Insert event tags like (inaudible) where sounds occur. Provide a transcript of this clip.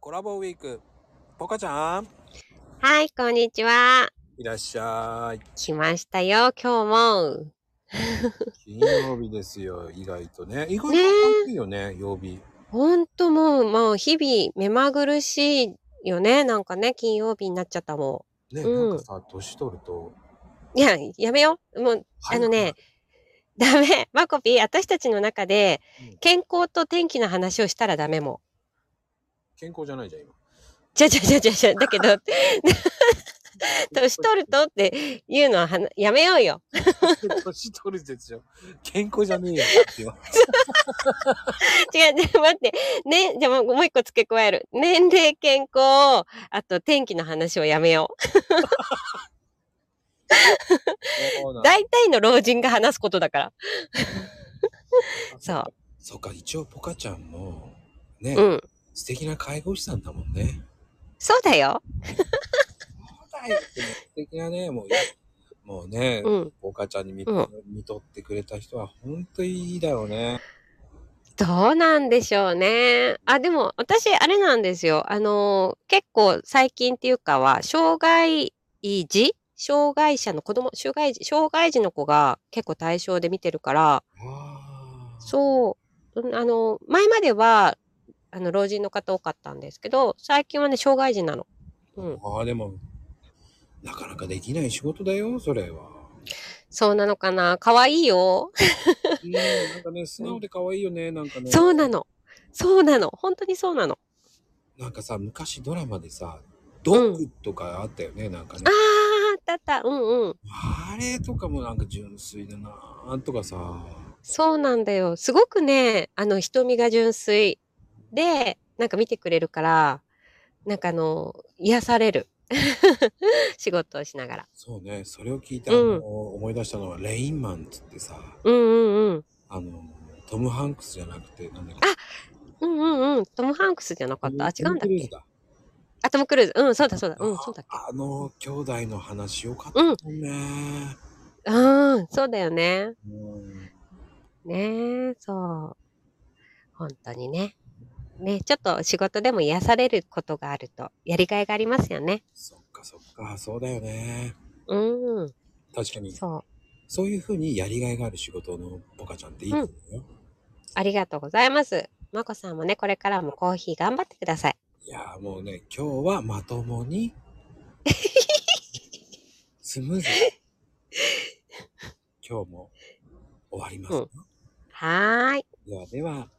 コラボウィーク。ポカちゃん、はい、こんにちは。いらっしゃい。来ましたよ、今日も。金曜日ですよ、意外とね。意外とねえ暑いよね、曜日。ほんともう、もう日々目まぐるしいよね。なんかね、金曜日になっちゃったもね、うんなんかさ、年取ると。ん。いや、やめよう。もう、あのね、ダメ。マコピー、私たちの中でうん、健康と天気の話をしたらダメも健康じゃないじゃん、今。う。じゃじゃじゃじゃじゃ、だ (laughs) けど、年取るとっていうのははなやめようよ。年取るですよ。健康じゃねえよ、今。 (laughs) 違う、 (laughs) ね、待って。ね、じゃあもうもう一個付け加える。年齢、健康、あと天気の話をやめよう。そうなんだ大体の老人が話すこと (laughs) だから。そう。そっか、一応ポカちゃんも、ね、うん。素敵な介護士さんだもん (laughs) ね。そうだよ。そうだよでも素敵なね、もう、もうね、うん。ポカちゃんに見,、うん見とってくれた人は本当にいいだろうね。どうなんでしょうね。あ、でも私、あれなんですよ。あのー結構最近っていうかは、障害児障害者の子供、障害児、障害児の子が結構対象で見てるから、ああ。そう、うんあのー前までは、あの、老人の方多かったんですけど、最近はね、障害児なの。うん。ああ、でも、なかなかできない仕事だよ、それ (laughs) は。そうなのかな。かわいいよ。うん、なんかね、素直で可愛いよね、なんかね。そうなの。そうなの。本当にそうなの。なんかさ、昔ドラマでさ、ドッグとかあったよね、なんかねあ。あ、あったあった。うんうん。あれとかもなんか純粋だなぁとかさ。そうなんだよ。すごくね、あの、瞳が純粋で、なんか見てくれるから、なんかあの、癒される。 (laughs) 仕事をしながら。そうね、それを聞いて、あうんの思い出したのは、レインマンっつってさ、うんうんうん。あの、トム・ハンクスじゃなくて、なんだっうんうんうん。トム・ハンクスじゃなかけった。あ、違トうムんだっクルーズけ。あ、トム・クルーズ。うん、そうだそうだ。うん、そうだっあの、兄弟の話よかったうんもんね。け。うん、そうだよね。うんねえ、そう。本当にね。ね、ちょっと仕事でも癒されることがあると、やりがいがありますよね。そっかそっか、そうだよね。うん、確かに、そう。そういうふうにやりがいがある仕事のポカちゃんっていいと思うよ。ありがとうございます。まこさんもね、これからもコーヒー頑張ってください。いやーもうね、今日はまとも (laughs) に、スムーズに、今日も終わりますよ、はーい。ではでは、